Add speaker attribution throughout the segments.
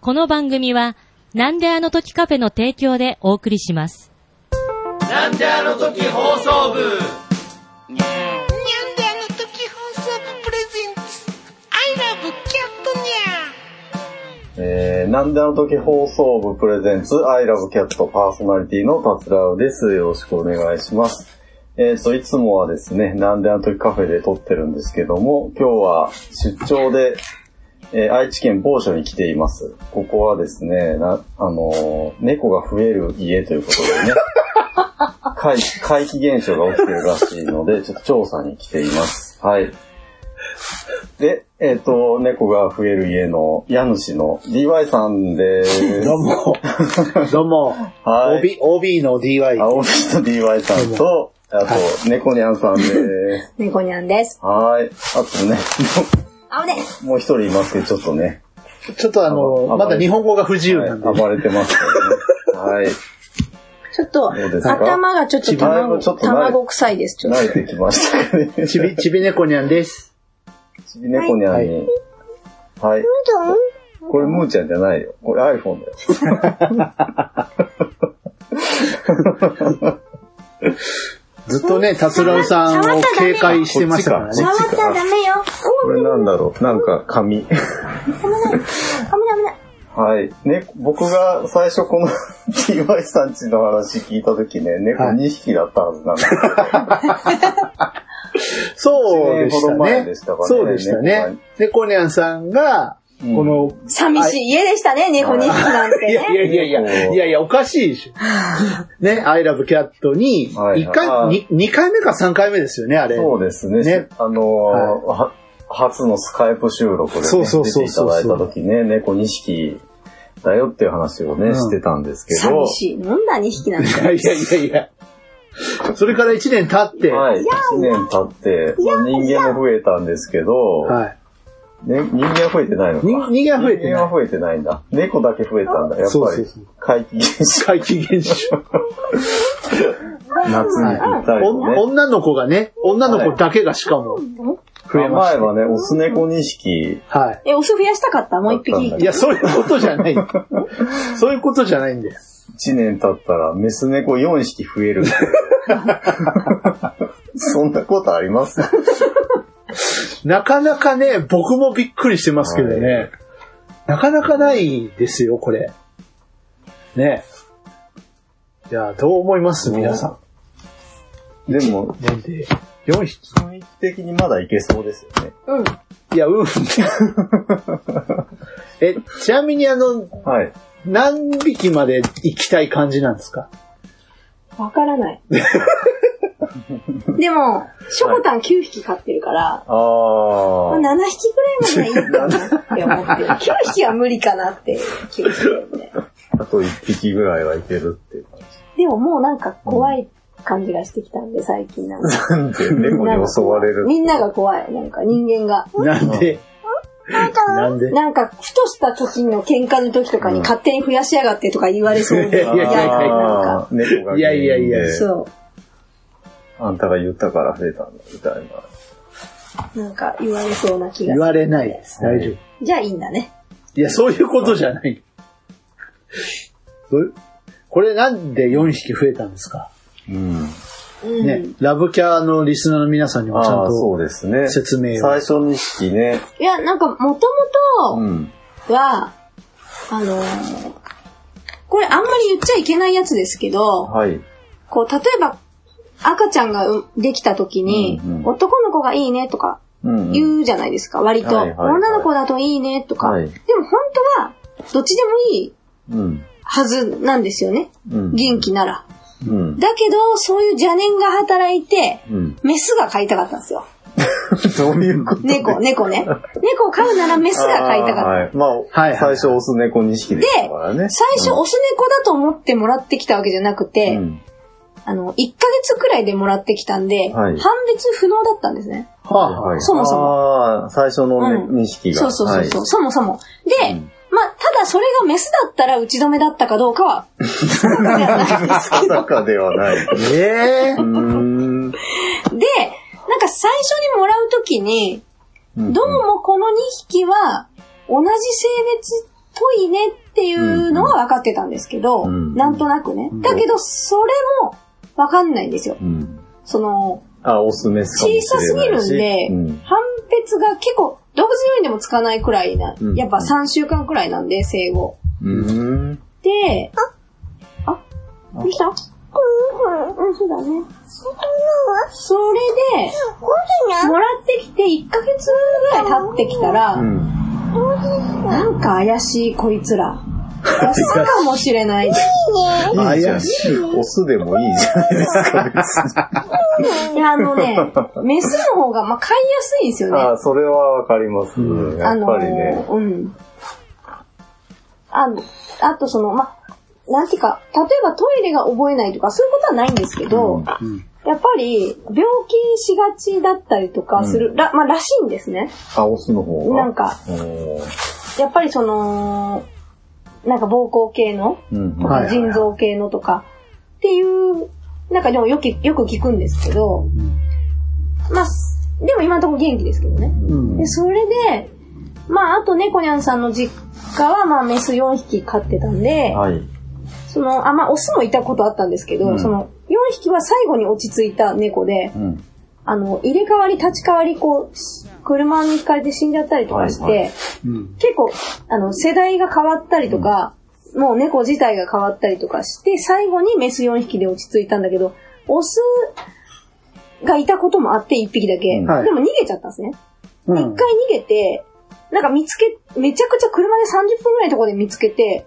Speaker 1: この番組は、なんであの時カフェの提供でお送りします。
Speaker 2: なんであの時放送部
Speaker 3: ニャンであの時放送部プレゼンツ I love キャットニャン
Speaker 4: えー、なんであの時放送部プレゼンツ、I love cat パーソナリティの達郎です。よろしくお願いします。えっ、と、いつもはですね、なんであの時カフェで撮ってるんですけども、今日は出張で、えー愛知県某所に来ています。ここはですね、なあのー猫が増える家ということでね、 怪怪奇現象が起きてるらしいので、ちょっと調査に来ています。はい。で、えっ、と、猫が増える家の家主の DY さんです。
Speaker 5: どうも。どうも。
Speaker 4: はい
Speaker 5: OB、OB の DY。
Speaker 4: 青木と DY さんと、あと、猫にゃんさんです。
Speaker 6: 猫にゃんです。
Speaker 4: はい。あとね、
Speaker 6: 青です。
Speaker 4: もう一人いますけど、ちょっとね、
Speaker 5: ちょっとあ
Speaker 4: あ
Speaker 5: の、まだ日本語が不自由なんで。
Speaker 4: はい暴れてますけどね。はい。
Speaker 6: ちょっと
Speaker 4: どうです、か
Speaker 6: 頭がちょっと
Speaker 4: だいぶ
Speaker 6: 卵
Speaker 4: ちょっと慣れ
Speaker 6: 卵臭いです。ちょっと。
Speaker 4: 慣れてきましたね。
Speaker 5: ちび、ちび猫にゃんです。
Speaker 4: ちび猫にゃんに。はい。これムーちゃんじゃないよ。これ iPhone だよ。
Speaker 5: ずっとね、たつらうさんを警戒してましたからね。
Speaker 4: こっちか。
Speaker 6: メよ。
Speaker 4: これなんだろう。なんか紙。
Speaker 6: 危ない危ない。
Speaker 4: はい。ね、僕が最初この TY さんちの話聞いたときね、猫
Speaker 5: はい
Speaker 4: 2匹だったはずなんですけど、
Speaker 5: そうでし
Speaker 4: 一年ほど前
Speaker 5: た
Speaker 4: で
Speaker 5: ね。
Speaker 4: したからね
Speaker 5: そうでしたね。猫にゃんさんが、こ
Speaker 4: うん
Speaker 5: の、
Speaker 6: 寂しい家でしたね、猫2匹なんて
Speaker 5: いやい
Speaker 6: ね。
Speaker 5: やいやいや、いやいや、おかしいでしょ。ね、I love cat に、
Speaker 4: はい
Speaker 5: 一回、
Speaker 4: はい
Speaker 5: に二回目か3回目ですよね、あれ。
Speaker 4: そうですね。
Speaker 5: ね
Speaker 4: あのーは初のスカイプ収録で、ね、
Speaker 5: そうそう
Speaker 4: 出
Speaker 5: そ
Speaker 4: て
Speaker 5: う
Speaker 4: いた
Speaker 5: そう
Speaker 4: だいたときね、猫2匹だよっていう話をね、
Speaker 5: うん
Speaker 4: してたんですけど
Speaker 6: 寂、しい。なんだ2匹なんて。
Speaker 5: いやいやいやいや。それから1年経って、
Speaker 4: はい。1年経って、まあ、人間も増えたんですけど、
Speaker 5: はい。
Speaker 4: ね、人間増えてないのか。
Speaker 5: 人人間は増えて
Speaker 4: 人間
Speaker 5: な。
Speaker 4: はい増えてないんだ。猫だけ増えたんだ。やっ
Speaker 5: そう
Speaker 4: ぱ
Speaker 5: そう
Speaker 4: り
Speaker 5: そう、
Speaker 4: 怪奇現象。
Speaker 5: 怪奇現象。
Speaker 4: 夏にぴったり
Speaker 5: お
Speaker 4: のね。
Speaker 5: 女の子がね、女の子だけがしかも増えまし
Speaker 4: 前はね、オス猫2匹、
Speaker 5: た。はい。
Speaker 6: え、お酢増やしたかったもう1
Speaker 4: だったんだ
Speaker 6: 匹。
Speaker 5: いや、そういうことじゃない。そういうことじゃないんだよ。
Speaker 4: 1年経ったらメス猫4匹増えるって。 そんなことあります
Speaker 5: なかなかね、僕もびっくりしてますけどね。
Speaker 4: は
Speaker 5: なかなかないですよ、これ。ね。いや、どう思います皆さ
Speaker 4: でも、
Speaker 5: ん。なんで、4匹。
Speaker 4: 雰囲気的にまだいけそうですよね。
Speaker 6: うん。
Speaker 5: いや、うん。 え、ちなみにあの、
Speaker 4: はい。
Speaker 5: 何匹まで行きたい感じなんですか
Speaker 6: わか らない。でも、ショコタン9匹飼ってるから、
Speaker 4: ああ
Speaker 6: まあ7匹ぐらいまではいいかなって思ってる。9匹は無理かなって気がするよね。
Speaker 4: あと1匹ぐらいはいけるって いう
Speaker 6: でももうなんか怖い感じがしてきたんで、最近なんか。
Speaker 4: 感じ。なんで猫に襲われる。
Speaker 6: みんなが怖い。なんか人間が。
Speaker 5: なんで、なんで、
Speaker 6: なんか、ふとした時の喧嘩の時とかに勝手に増やしやがってとか言われそうで。
Speaker 5: いやいやいやいや
Speaker 6: なんか
Speaker 4: あー猫が原因で
Speaker 5: いやいやいや
Speaker 6: そ
Speaker 4: あんたが言ったから増えたんだ、みたいな。
Speaker 6: う。なんか言われそうな気が
Speaker 5: 言
Speaker 6: する。
Speaker 5: われないです。大丈夫。
Speaker 6: じゃあいいんだね。
Speaker 5: いや、そういうことじゃない。そうこれなんで4匹増えたんですか
Speaker 4: うん。
Speaker 6: うん。
Speaker 5: ね、ラブキャーのリスナーの皆さんにもちゃ
Speaker 4: あ
Speaker 5: ん
Speaker 4: あ、そ
Speaker 5: と
Speaker 4: うですね。
Speaker 5: 説明を
Speaker 4: 最初2匹ね。
Speaker 6: いや、なんか、もともと
Speaker 4: うん。
Speaker 6: は、あのーこれあんまり言っちゃいけないやつですけど、
Speaker 4: はい。
Speaker 6: こう、例えば、赤ちゃんがうできた時に、
Speaker 4: うんうん
Speaker 6: 男の子がいいねとか
Speaker 4: うんうん
Speaker 6: 言うじゃないですか、割と。
Speaker 4: はいはいはい
Speaker 6: 女の子だといいねとか。
Speaker 4: はい
Speaker 6: でも本当は、どっちでもいい
Speaker 4: うん。
Speaker 6: はずなんですよね。
Speaker 4: うん
Speaker 6: 元気なら。
Speaker 4: うん。
Speaker 6: だけど、そういう邪念が働いて、
Speaker 4: うん。
Speaker 6: メスが飼いたかったんですよ。
Speaker 4: どういうこと
Speaker 6: 猫、猫ね。猫を飼うならメスが飼いたかった。
Speaker 4: あーはいまあ、
Speaker 5: はい
Speaker 4: 最初オス猫2匹でしたからね。
Speaker 6: 最初、オス猫だと思ってもらってきたわけじゃなくて、
Speaker 4: うん
Speaker 6: あの、1ヶ月くらいでもらってきたんで、
Speaker 4: はい
Speaker 6: 判別不能だったんですね。
Speaker 5: はあは
Speaker 4: は
Speaker 5: あ
Speaker 4: い
Speaker 6: そもそも
Speaker 4: ああ、最初の
Speaker 6: うん
Speaker 4: ね2匹が。
Speaker 6: そうそうそうそう、
Speaker 4: はい
Speaker 6: そもそも。で、
Speaker 4: うん
Speaker 6: まあ、ただそれがメスだったら打ち止めだったかどうかは、定かではないですけど
Speaker 4: 定かではない。う
Speaker 5: ええ
Speaker 4: ーん。
Speaker 6: で、なんか最初にもらうときに、どうもこの2匹は同じ性別ぽいねっていうのは分かってたんですけど、
Speaker 4: うん
Speaker 6: なんとなくね。だけど、それも分かんないんですよ。
Speaker 4: うん。
Speaker 6: その、
Speaker 4: あ、オスメスかもしれ
Speaker 6: 小さすぎ
Speaker 4: ない
Speaker 6: るん
Speaker 4: し。
Speaker 6: で、
Speaker 4: うん。
Speaker 6: 判別が結構、動物病院でもつかないくらいな、
Speaker 4: うん
Speaker 6: やっぱ3週間くらいなんで、生後。
Speaker 4: うん。
Speaker 6: で、あ、あ、どうしたうん、そうだね。それで、もらってきて1ヶ月ぐらい経ってきたら、
Speaker 4: うん。
Speaker 6: なんか怪しいこいつら。オスかもしれ ない。
Speaker 4: いいじゃん。オスでもいいじゃないですか、別に。
Speaker 6: いやあのね、メスの方が、まあ、飼いやすいんですよね。
Speaker 4: あ、それはわかります。や
Speaker 6: あ
Speaker 4: っ
Speaker 6: の
Speaker 4: ぱりね。
Speaker 6: ーうん。あの、あとその、ま、なんていうか、例えばトイレが覚えないとか、そういうことはないんですけど、
Speaker 4: うん
Speaker 5: うん
Speaker 6: やっぱり、病気しがちだったりとかする、ら、まあ、らしいんですね。
Speaker 4: あ、オスの方が。
Speaker 6: なんか、
Speaker 4: おー。
Speaker 6: やっぱりその、なんか膀胱系の
Speaker 4: うん
Speaker 6: と。
Speaker 5: はい
Speaker 6: か、腎臓系のとか、っていう、なんかでもよく、よく聞くんですけど、まあ、でも今のところ元気ですけどね。
Speaker 5: うん
Speaker 6: で、それで、まあ、あと猫にゃんさんの実家は、まあ、メス4匹飼ってたんで、
Speaker 4: はい。
Speaker 6: その、あ、まあ、オスもいたことあったんですけど、
Speaker 4: うん
Speaker 6: その、4匹は最後に落ち着いた猫で、
Speaker 4: うん。
Speaker 6: あの、入れ替わり、立ち替わり、こう、し車にひかれて死んじゃったりとかして、
Speaker 4: はいは
Speaker 5: うん
Speaker 6: 結構、あの、世代が変わったりとか、もう猫自体が変わったりとかして、最後にメス4匹で落ち着いたんだけど、オスがいたこともあって1匹だけ、
Speaker 5: はい
Speaker 6: でも逃げちゃったんですね。
Speaker 5: う
Speaker 6: で、一
Speaker 5: ん
Speaker 6: 回逃げて、なんか見つけ、めちゃくちゃ車で30分ぐらいのところで見つけて、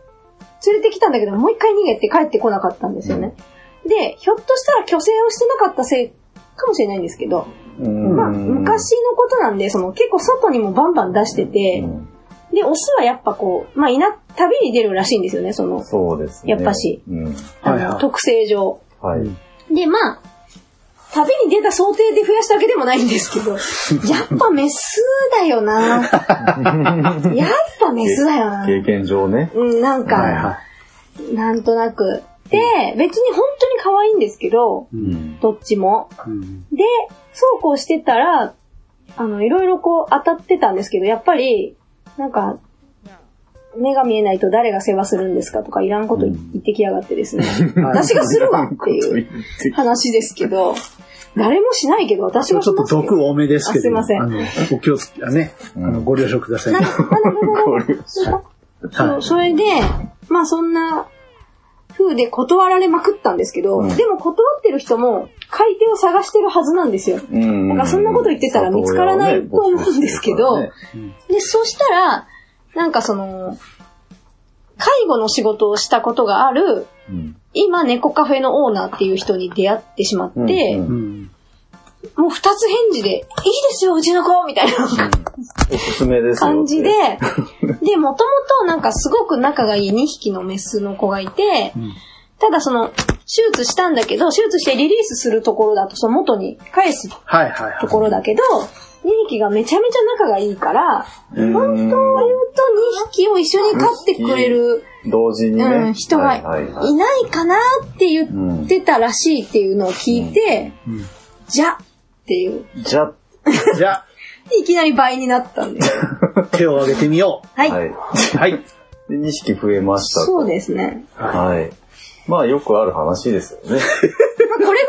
Speaker 6: 連れてきたんだけど、もう一回逃げて帰ってこなかったんですよね。で、ひょっとしたら虚勢をしてなかったせいかもしれないんですけど、
Speaker 4: うん
Speaker 6: まあ、昔のことなんで、その結構外にもバンバン出してて、
Speaker 4: うん
Speaker 6: で、オスはやっぱこう、まあ、いな、旅に出るらしいんですよね、その、
Speaker 4: そうですね。
Speaker 6: やっぱし。
Speaker 4: うん。
Speaker 6: あの
Speaker 5: はいはい
Speaker 6: 特性上。
Speaker 4: はい。
Speaker 6: で、まあ、旅に出た想定で増やしたわけでもないんで すけど、やっぱメスだよなやっぱメスだよな
Speaker 4: 経験上ね。
Speaker 6: うん、なんか、
Speaker 5: はいは
Speaker 6: なんとなく。で、別に本当に可愛いんですけど、
Speaker 5: い。う。
Speaker 4: うんん。
Speaker 6: どっちも。
Speaker 5: うん
Speaker 6: で、そうこうしてたら、あの、いろいろこう当たってたんですけど、やっぱり、なんか、目が見えないと誰が世話するんですかとかいらんこと言言ってきやがってですね。私がするわっていう話ですけど、誰もしないけど私
Speaker 5: ちょ
Speaker 6: が
Speaker 5: っ
Speaker 6: し
Speaker 5: と
Speaker 6: ますけど。
Speaker 5: 毒多めですけど。
Speaker 6: あすいません
Speaker 5: あの、お気をつけ、あね、あの、ご了承ください。
Speaker 6: な
Speaker 5: は
Speaker 6: なんだ なんだなんだそう、それで、まあそんな風で断られまくったんですけど、
Speaker 4: うん
Speaker 6: でも断ってる人も買い手を探してるはずなんですよ。
Speaker 4: うん。
Speaker 6: なんかそんなこと言ってたら見つからないと思うんですけど、で、そしたら、なんかその、介護の仕事をしたことがある、
Speaker 4: うん。
Speaker 6: 今猫カフェのオーナーっていう人に出会ってしまって、
Speaker 4: うんうん
Speaker 5: うん。
Speaker 6: もう二つ返事で、いいですよ、うちの子みたいな
Speaker 4: おすすめですよって
Speaker 6: 感じで、で、もともとなんかすごく仲がいい2匹のメスの子がいて、ただその、手術したんだけど、手術してリリースするところだと、その元に返す
Speaker 5: はいはいはい。
Speaker 6: ところだけど、2匹がめちゃめちゃ仲がいいから、
Speaker 4: うん
Speaker 6: 本当に言うと2匹を一緒に飼ってくれる、
Speaker 4: 同時に
Speaker 6: う
Speaker 4: ね
Speaker 6: ん、。人が
Speaker 4: はいはは
Speaker 6: ないかなって言ってたらしいっていうのを聞いて、じゃっていう。
Speaker 4: じゃあ、
Speaker 5: じゃ
Speaker 6: いきなり倍になったんです。
Speaker 5: あ、手を挙げてみよ
Speaker 6: はい。
Speaker 4: はい。
Speaker 5: う。はい。
Speaker 4: で、2匹増えましたと。
Speaker 6: そうですね。
Speaker 4: はい。まあ、よくある話ですよね。
Speaker 6: まあ、これぐらいはね、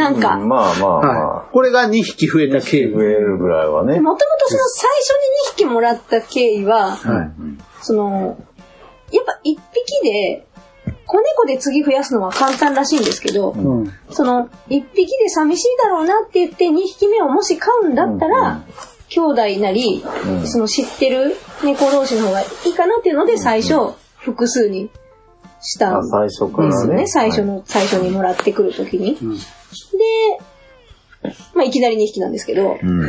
Speaker 6: なん
Speaker 4: う
Speaker 6: か、
Speaker 4: まあまあ
Speaker 5: は
Speaker 4: ま
Speaker 5: い。これが2匹増えた経
Speaker 4: あ、増
Speaker 5: 緯。
Speaker 4: えるぐらいはね。
Speaker 6: もともとその最初に2匹もらった経緯は、
Speaker 5: はい。
Speaker 6: その、やっぱ1匹で、子猫で次増やすのは簡単らしいんですけど、
Speaker 5: うん。
Speaker 6: その、1匹で寂しいだろうなって言って2匹目をもし飼うんだった
Speaker 4: うんう
Speaker 6: ら、兄弟なり、
Speaker 4: うん
Speaker 6: その知ってる猫同士の方がいいかなっていうので最初、複数にした
Speaker 4: あ
Speaker 6: ん
Speaker 4: 最初か
Speaker 6: で
Speaker 4: ら
Speaker 6: す
Speaker 4: ね。
Speaker 6: ね。最初の、最初にもらってくるときに。
Speaker 5: ん
Speaker 6: で、まあ、いきなり2匹なんですけど、
Speaker 4: うん。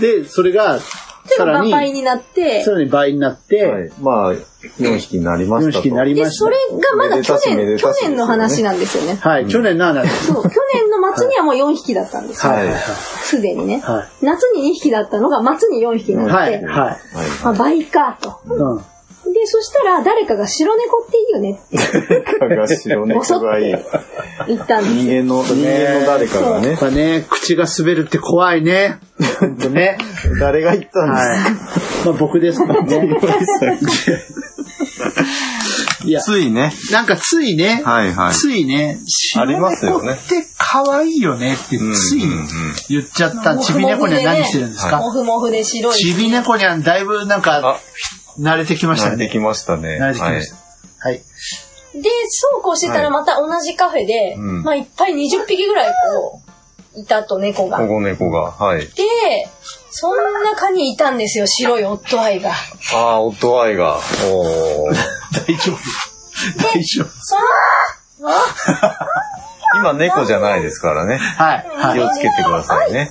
Speaker 5: で、それが、
Speaker 6: で
Speaker 5: さら
Speaker 6: まあ倍
Speaker 5: に、
Speaker 6: になって
Speaker 5: さ、らに倍になっ
Speaker 4: はい
Speaker 5: て、。
Speaker 4: まあ、4匹になりま
Speaker 5: 4
Speaker 4: したと。
Speaker 5: 匹になり
Speaker 6: で、
Speaker 5: ました
Speaker 6: そ。れがまだ去
Speaker 4: めでたし
Speaker 6: 年、
Speaker 4: めでた
Speaker 6: 去
Speaker 4: しですよね
Speaker 6: 年の話なんですよね。
Speaker 5: はい。去年7です。
Speaker 6: そう、去年の末にはもう4匹だったんですよ。
Speaker 5: はい。
Speaker 6: すでにね。
Speaker 5: は
Speaker 6: 夏に2匹だったのが末に4匹に
Speaker 5: い。
Speaker 6: なっ
Speaker 5: は
Speaker 6: て
Speaker 5: い。、はい。
Speaker 4: はい。
Speaker 6: まあ、倍かと。
Speaker 5: うん。
Speaker 6: で、そしたら誰かが白猫っていいよねって
Speaker 4: かが白猫が いい。
Speaker 6: 言ったんです。
Speaker 4: 人間の、人間の誰かが
Speaker 5: や
Speaker 4: ね
Speaker 5: っ。ぱね、口が滑るって怖いね。ほんとね。
Speaker 4: 誰が言ったんですか
Speaker 5: はい。まあ僕ですから ね。いや、
Speaker 4: ついね。
Speaker 5: なんかついね、
Speaker 4: はいはい。
Speaker 5: ついね、
Speaker 4: あ
Speaker 5: 白
Speaker 4: ります
Speaker 5: 猫
Speaker 4: よ
Speaker 5: っ
Speaker 4: ね
Speaker 5: て可愛いよねってつい
Speaker 4: うんうんうん
Speaker 5: 言っちゃった。ちび猫には何してるんです
Speaker 4: は
Speaker 5: か
Speaker 7: モフモフで白い。
Speaker 5: ちび猫にはだいぶなんか
Speaker 4: あ、
Speaker 5: 慣れてきまし
Speaker 4: 慣
Speaker 5: た
Speaker 4: れて
Speaker 5: ね。
Speaker 4: きましたね。
Speaker 5: 慣れてきました。はい。
Speaker 6: で、そうこうしてたらまた同じカフェで、
Speaker 4: うん
Speaker 6: まあいっぱい20匹ぐらいこう、いたと猫
Speaker 4: はい。
Speaker 6: が。
Speaker 4: 保護猫が、はい。
Speaker 6: で、その中にいたんですよ、白いオットアイが。
Speaker 4: ああ、オットアイが。おー
Speaker 5: 大丈夫。大丈夫。
Speaker 6: その、
Speaker 4: 今猫じゃないですからね。
Speaker 5: はい。は
Speaker 4: 気
Speaker 5: い。
Speaker 4: をつけてくださいね。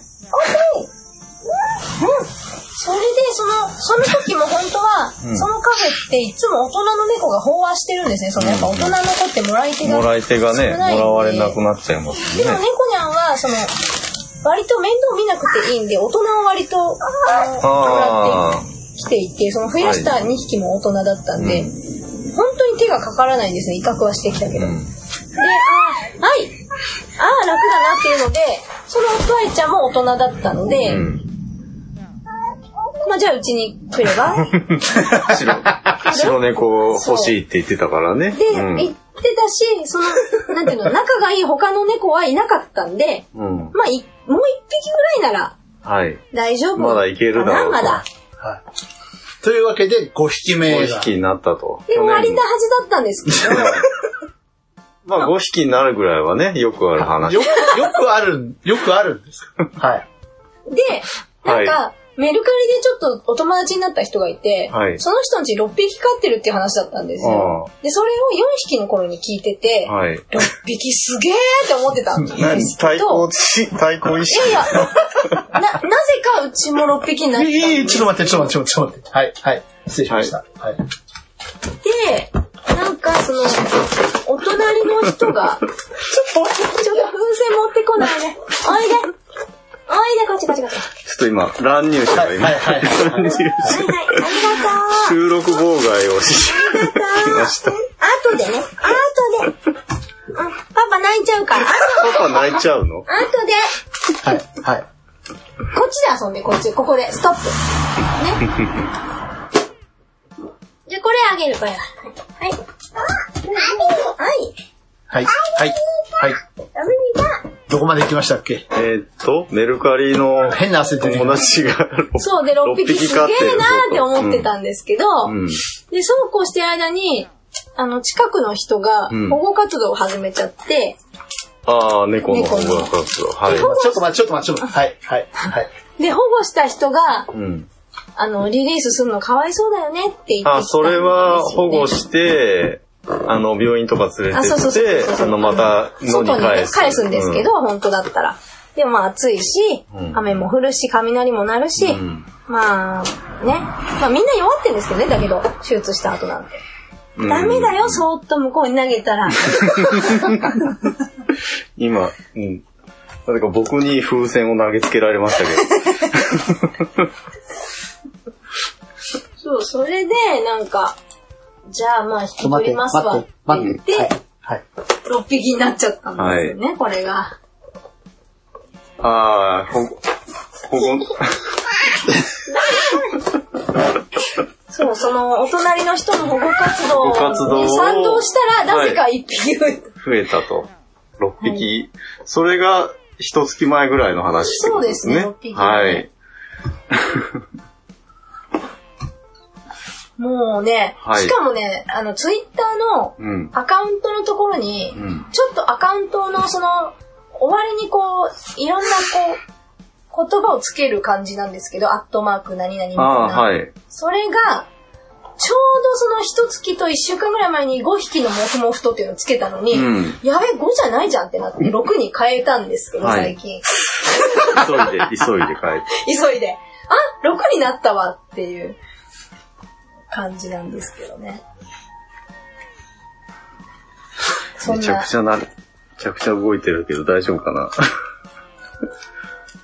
Speaker 6: それで、その、その時も本 当は、
Speaker 4: ん
Speaker 6: そのカフェっていつも大人の猫が飽和してるんですね。そのやっぱ大人の子ってもらい手が。
Speaker 4: もらい手がね、
Speaker 6: 少
Speaker 4: も
Speaker 6: ないんで
Speaker 4: らわれなくなっちゃいます
Speaker 6: で
Speaker 4: よ
Speaker 6: も
Speaker 4: ね。
Speaker 6: 猫ニャンは、その、割と面倒見なくていいんで、大人を割と、あの、もら
Speaker 4: あ
Speaker 6: ってきていて、その増やした2匹も大人だったんで、本当に手がかからないんですね。威嚇はしてきたけ
Speaker 4: あ。
Speaker 6: ど。
Speaker 4: う
Speaker 6: で、
Speaker 4: ん
Speaker 6: あ、はい、ああ、楽だなっていうので、そのおとあいちゃんも大人だったので、
Speaker 4: うん。
Speaker 6: まあじゃあうちに来れば、
Speaker 4: 白、白猫欲しいって言ってたからね。
Speaker 6: で、
Speaker 4: うん
Speaker 6: 行ってたし、その、なん ていうの、仲がいい他の猫はいなかったんで、
Speaker 4: うん。
Speaker 6: まあ、いもう一匹ぐらいなら
Speaker 4: はい。
Speaker 6: 大丈夫。
Speaker 4: まだいけるだろうと
Speaker 6: まだ。
Speaker 5: はい。というわけで、5匹目が。
Speaker 4: 5匹になったと。
Speaker 6: で、
Speaker 4: 去
Speaker 6: 終わ
Speaker 4: 年
Speaker 6: りなはずだったんですけ ど、
Speaker 4: まあ5匹になるぐらいはね、よくある話。
Speaker 5: よく、よくある、よくあるんです。はい。
Speaker 6: で、なんか、
Speaker 4: は
Speaker 6: メルカリでちょっとお友達になった人がいて、
Speaker 4: はい
Speaker 6: その人のうち6匹飼ってるっていう話だったんですよ。で、それを4匹の頃に聞いてて、
Speaker 4: はい。
Speaker 6: 6匹すげーって 思ってたんですけ
Speaker 4: 対抗
Speaker 6: ど、
Speaker 4: 知、対抗意
Speaker 6: い
Speaker 4: 識。
Speaker 6: やいや、な、なぜかうちも6匹になっ
Speaker 5: え
Speaker 6: てたん
Speaker 5: え
Speaker 6: で
Speaker 5: ええちょっと待って、ちょっと待って、ちょっと待って。はい、はい。失礼しました。はい。
Speaker 6: で、なんかその、お隣の人が、ちょっと、ちょっと風船持ってこないで。おいで。おいで、こっちこっちこっ
Speaker 4: ち
Speaker 6: ち。
Speaker 4: ょっと今、乱入者が今、
Speaker 5: はい、はい。
Speaker 4: 乱入者
Speaker 6: はいはい、ありがとう。
Speaker 4: 収録妨害をしました。
Speaker 6: あとでね、あとで。あパパ泣いちゃうから。
Speaker 4: パパ泣いちゃうの
Speaker 6: あとで。
Speaker 5: はい、はい。
Speaker 6: こっちで遊んで、こっち。ここで。ストップ。ね。じゃあ、これあげる、これは。はい。はい。はい。
Speaker 5: はい、はい、はい。
Speaker 6: ダメにだ。
Speaker 5: どこまで行きましたっけ
Speaker 4: えーっと、メルカリの
Speaker 5: 変な汗出て
Speaker 4: 友
Speaker 5: る。
Speaker 4: 達が6
Speaker 6: そうで、6匹すげえなーって思ってたんですけど、
Speaker 4: うん。
Speaker 6: で、そうこうしてる間に、あの、近くの人が
Speaker 4: うん
Speaker 6: 保護活動を始めちゃって、
Speaker 4: ああ、猫の保護活動。はい。
Speaker 5: ちょっと待って、ちょっと待って、ちょっと待って。はい、はい、はい。
Speaker 6: で、保護した人が、
Speaker 4: うん。
Speaker 6: あの、リリースするのかわいそうだよねって言ってきたん
Speaker 4: あ、
Speaker 6: ですよ
Speaker 4: そ
Speaker 6: ね、
Speaker 4: れは保護して、あの、病院とか連れ
Speaker 6: あ
Speaker 4: て
Speaker 6: そうそう
Speaker 4: っ
Speaker 6: そうそう
Speaker 4: て
Speaker 6: そう、
Speaker 4: あの、また、野に
Speaker 6: 外にね
Speaker 4: 返す。
Speaker 6: 返すんですけど、本当だったら。でもまあ暑いし、
Speaker 4: うん
Speaker 6: 雨も降るし、雷も鳴るし、
Speaker 4: ん
Speaker 6: まあね、まあみんな弱ってんですけどね、だけど、手術した後なんて。
Speaker 4: うん、
Speaker 6: ダメだよ、そーっと向こうに投げたら。
Speaker 4: 今、うん。なぜか僕に風船を投げつけられました け
Speaker 6: そう、それで、なんか、じゃあまあ引き取りますわって
Speaker 5: 待
Speaker 6: 言
Speaker 5: っ、
Speaker 6: って
Speaker 5: 待って、
Speaker 6: て、
Speaker 5: はい。
Speaker 6: 6匹になっちゃったんですよね、これが。
Speaker 4: ど。ああ、保護、保護、
Speaker 6: そう、その、お隣の人の保護活動
Speaker 4: 保護活動を
Speaker 6: に賛同したら、なぜか1匹増えた。
Speaker 4: 増えたと。6匹。それが、一月前ぐらいの話ってことですね。
Speaker 6: そうですね6匹
Speaker 4: はい。
Speaker 6: もうね、
Speaker 4: はい
Speaker 6: しかもね、あの、ツイッターの
Speaker 4: うん。
Speaker 6: アカウントのところに、
Speaker 4: うん。
Speaker 6: ちょっとアカウントのその、終わりにこう、いろんなこう、言葉をつける感じなんですけど、アットマーク何々みたい
Speaker 4: あ
Speaker 6: な。
Speaker 4: あ、はい。
Speaker 6: それが、ちょうどその一月と一週間ぐらい前に5匹のモフモフとっていうのをつけたのに、
Speaker 4: うん
Speaker 6: やべ、5じゃないじゃんってなって6に変えたんですけど、
Speaker 4: はい
Speaker 6: 最近。
Speaker 4: 急いで、急いで帰って。
Speaker 6: 急いで。あ、6になったわっていう感じなんですけどね。そん
Speaker 4: めちゃ
Speaker 6: な
Speaker 4: く、ちゃなる。めちゃくちゃ動いてるけど大丈夫かな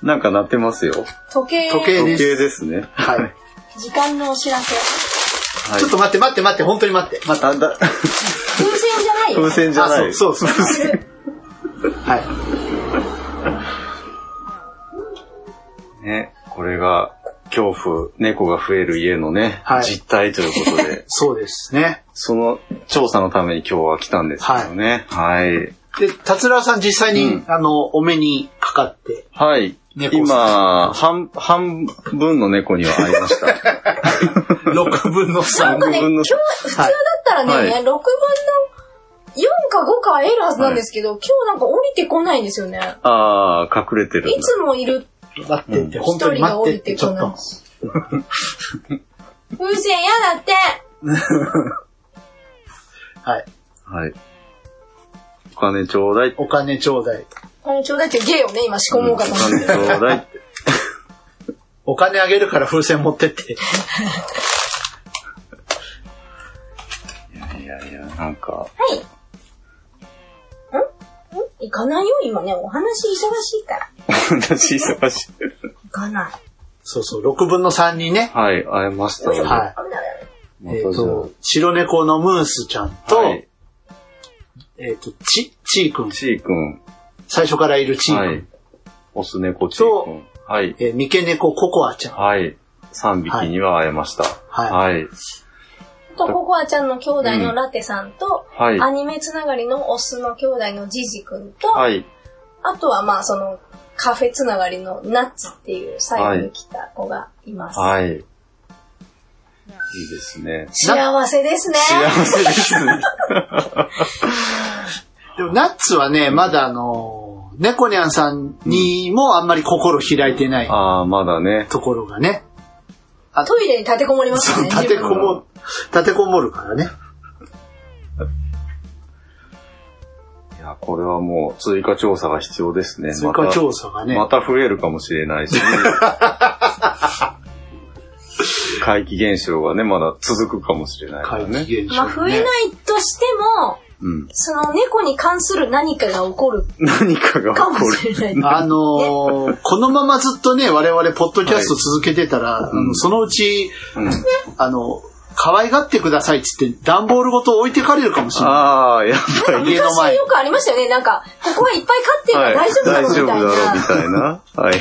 Speaker 4: なんか鳴ってますよ。
Speaker 6: 時計、
Speaker 5: 時計
Speaker 4: 時
Speaker 5: です
Speaker 4: 計ですね。
Speaker 5: はい。
Speaker 6: 時間のお知らせ。
Speaker 4: はい
Speaker 5: ちょっと待って、待って、待って、本当に待って。待って。
Speaker 4: あ、だ、
Speaker 6: 風船じゃないよ
Speaker 4: 風。船じゃない。
Speaker 5: あそう、そう、そう。 はい。
Speaker 4: ね、これが、今日恐怖、猫が増える家のね、
Speaker 5: はい、
Speaker 4: 実態ということで
Speaker 5: そうですね。
Speaker 4: その調査のために今日は来たんですよね。はい。
Speaker 5: で、達郎さん実際に、
Speaker 4: うん
Speaker 5: あの、お目にかかって。
Speaker 4: はい。
Speaker 5: 猫
Speaker 4: 今、半、半分の猫には会い ました。
Speaker 5: 6分の3。
Speaker 6: なんかね、
Speaker 4: 半分
Speaker 6: 今
Speaker 4: の
Speaker 6: 日、普通だったらね、
Speaker 4: はい
Speaker 6: 6分の4か5か会えるはずなんですけど、今日なんか降りてこないんですよね。
Speaker 4: ああ、隠れてるん
Speaker 6: い
Speaker 4: だ。
Speaker 6: つもいる
Speaker 5: 待ってって、
Speaker 6: 一
Speaker 5: 本当
Speaker 6: 人
Speaker 5: に
Speaker 6: が
Speaker 5: 待っ
Speaker 6: 降
Speaker 5: てっ
Speaker 6: り
Speaker 5: て、
Speaker 6: て
Speaker 5: ち
Speaker 6: こ
Speaker 5: ょっ
Speaker 6: ない
Speaker 5: と。。
Speaker 6: 風船嫌だって
Speaker 5: はい。
Speaker 4: はい。お金ちょうだい。
Speaker 5: お金ちょうだい。
Speaker 6: あれちょうだいって芸をね、今仕込もうかと
Speaker 4: お
Speaker 6: 思って。
Speaker 4: 金ちょうだい。
Speaker 5: お金あげるから風船持ってって。
Speaker 4: いやいや、なんか、
Speaker 6: はい。んん行かないよ、今ね。お話忙しいから。
Speaker 4: 私忙しい。
Speaker 6: 行かない。
Speaker 5: そうそう、6分の3にね。
Speaker 4: はい、会えました
Speaker 5: は
Speaker 4: よ。
Speaker 6: 危ない危ない
Speaker 5: い。
Speaker 4: ま
Speaker 5: えった
Speaker 4: じゃ
Speaker 5: と、白猫のムースちゃん
Speaker 4: あ。
Speaker 5: と、
Speaker 4: はい、
Speaker 5: えっと、ち、ちーくん。
Speaker 4: ちーくん。
Speaker 5: 最初からいるちーくん。
Speaker 4: はい。オス猫ちーくん。はい。
Speaker 5: えー、三毛猫ココアちゃん。
Speaker 4: はい。3匹には会えました。
Speaker 5: は
Speaker 4: はい。
Speaker 6: と、ココアちゃんの兄弟のラテさんと、
Speaker 4: はい。
Speaker 6: ア
Speaker 4: はい。
Speaker 6: ニメつながりのオスの兄弟のジジ君と、
Speaker 4: はい。
Speaker 6: あとはまあそのカフェつながりのナッツっていう最後に来た子がいます。
Speaker 4: はい。いいですね。
Speaker 6: 幸せですね。
Speaker 4: 幸せですね。
Speaker 5: でも、ナッツはね、まだあのー、猫ニャンさんにもあんまり心開いてない
Speaker 4: ああ、まだね。
Speaker 5: ところがね、
Speaker 6: トイレに立てこもりますよね。
Speaker 5: 立てこも、立てこもるからね。
Speaker 4: いや、これはもう追加調査が必要ですね。
Speaker 5: 追加調査がね、
Speaker 4: またまた増えるかもしれない し。怪奇現象がね、まだ続くかもしれないから
Speaker 5: 怪
Speaker 4: ね。
Speaker 5: 奇現象、ね。
Speaker 6: まあ増えないとしても、
Speaker 4: うん。
Speaker 6: その猫に関する何かが起こる
Speaker 4: 何かが
Speaker 6: か
Speaker 4: 起こ
Speaker 6: も
Speaker 4: る。
Speaker 6: しれない。
Speaker 5: あのー、このままずっとね、我々、ポッドキャスト続けてたら、あのそのうち、
Speaker 4: うん
Speaker 5: あの、可愛がってくださいっつって、段ボールごと置いてかれるかもしれな
Speaker 4: ああ、やっぱ
Speaker 5: い。
Speaker 4: り。
Speaker 5: 家の前
Speaker 6: 昔
Speaker 5: に
Speaker 6: よ。くありましたよね。なんか、ここはいっぱい飼ってるから
Speaker 4: はい
Speaker 6: 大丈夫
Speaker 4: 大
Speaker 6: だろうみたいな。
Speaker 4: 丈夫だろうみたいな。はいはい。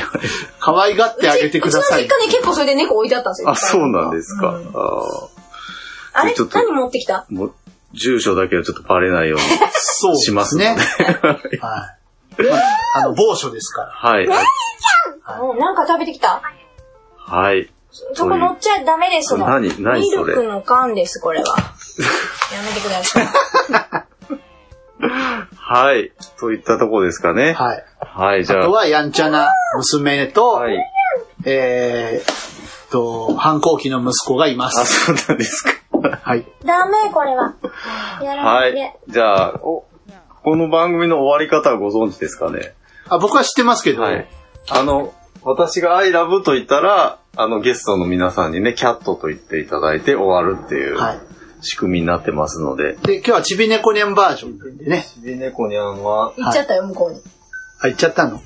Speaker 5: 可愛がってあげてくださ
Speaker 6: うち
Speaker 5: い
Speaker 6: の。実家ね、結構それで猫置いてあったんですよ。
Speaker 4: あ、そうなんですか。
Speaker 6: うん
Speaker 4: あ
Speaker 6: あれ
Speaker 4: ちょっと
Speaker 6: 何持ってきた
Speaker 4: あ。もう、住所だけはちょっとバレ ないように
Speaker 5: そうで
Speaker 4: します
Speaker 5: す
Speaker 4: ね
Speaker 5: ね。。はい。まあ、あの、某所ですから。
Speaker 4: はい。
Speaker 6: うんなんか食べてきた。
Speaker 4: はい。
Speaker 6: そこ乗っちゃダメですもん。
Speaker 4: 何何
Speaker 6: ミ
Speaker 4: それ
Speaker 6: ルクの缶です、これは。やめてください。
Speaker 4: はい。といったとこですかね。はい。
Speaker 5: はい。
Speaker 4: じゃ
Speaker 5: あ
Speaker 4: あ。
Speaker 5: とは、やんちゃな娘と、
Speaker 4: はい。
Speaker 5: えーっと、反抗期の息子がいま
Speaker 4: あ、
Speaker 5: す。
Speaker 4: そうなんですか。
Speaker 5: はい。
Speaker 6: ダメ、これは。やら
Speaker 4: は
Speaker 6: ないで
Speaker 4: い。。じゃあ、お、この番組の終わり方はご存知ですかね。
Speaker 5: あ、僕は知ってますけど、
Speaker 4: はい。あの、私が I love と言ったら、あの、ゲストの皆さんにね、キャットと言っていただいて終わるっていう
Speaker 5: はい
Speaker 4: 仕組みになってますので。
Speaker 5: で、今日はちびねこにゃんバージョンなんでね。
Speaker 4: ちびねこにゃんは、
Speaker 6: 行っちゃったよ、向こうに。
Speaker 5: あ、行っちゃったの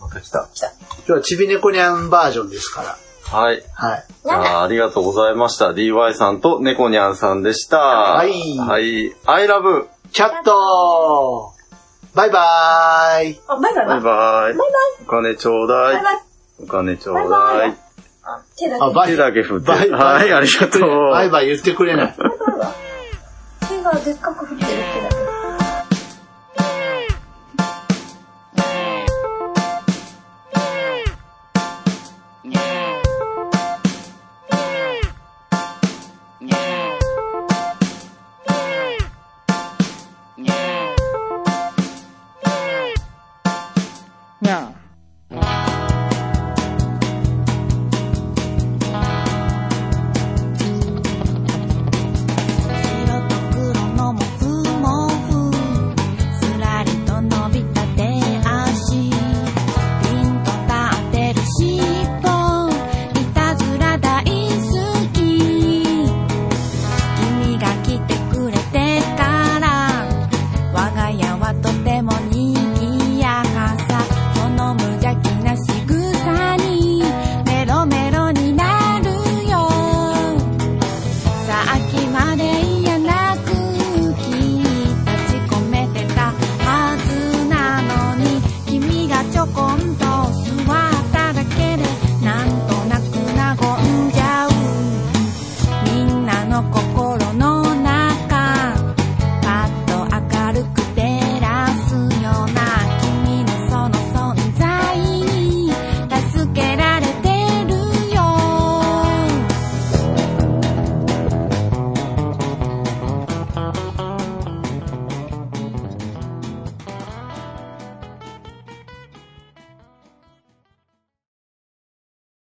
Speaker 4: また来た。
Speaker 5: 今日はちびねこにゃんバージョンですから。
Speaker 4: はい。
Speaker 5: はい。
Speaker 4: じゃあ、ありがとうございました。DY さんと猫にゃんさんでした。はいはい。I love!
Speaker 5: キャットバイバーイ
Speaker 6: あ、バイバイバ
Speaker 4: バ
Speaker 6: イ
Speaker 4: イ。バイ。お金ちょう
Speaker 6: バ
Speaker 4: だ
Speaker 6: イ
Speaker 4: い。
Speaker 6: バイ。
Speaker 4: お金ちょう
Speaker 6: バ
Speaker 4: だ
Speaker 6: イ
Speaker 4: い。
Speaker 6: あ手だ
Speaker 5: あ、バ
Speaker 4: 手
Speaker 5: イ
Speaker 4: だけ振って。
Speaker 5: バイバイ
Speaker 4: はい、ありがとう。
Speaker 5: バイバイ言ってくれない。
Speaker 6: け。手がでっかく振ってる手だけ。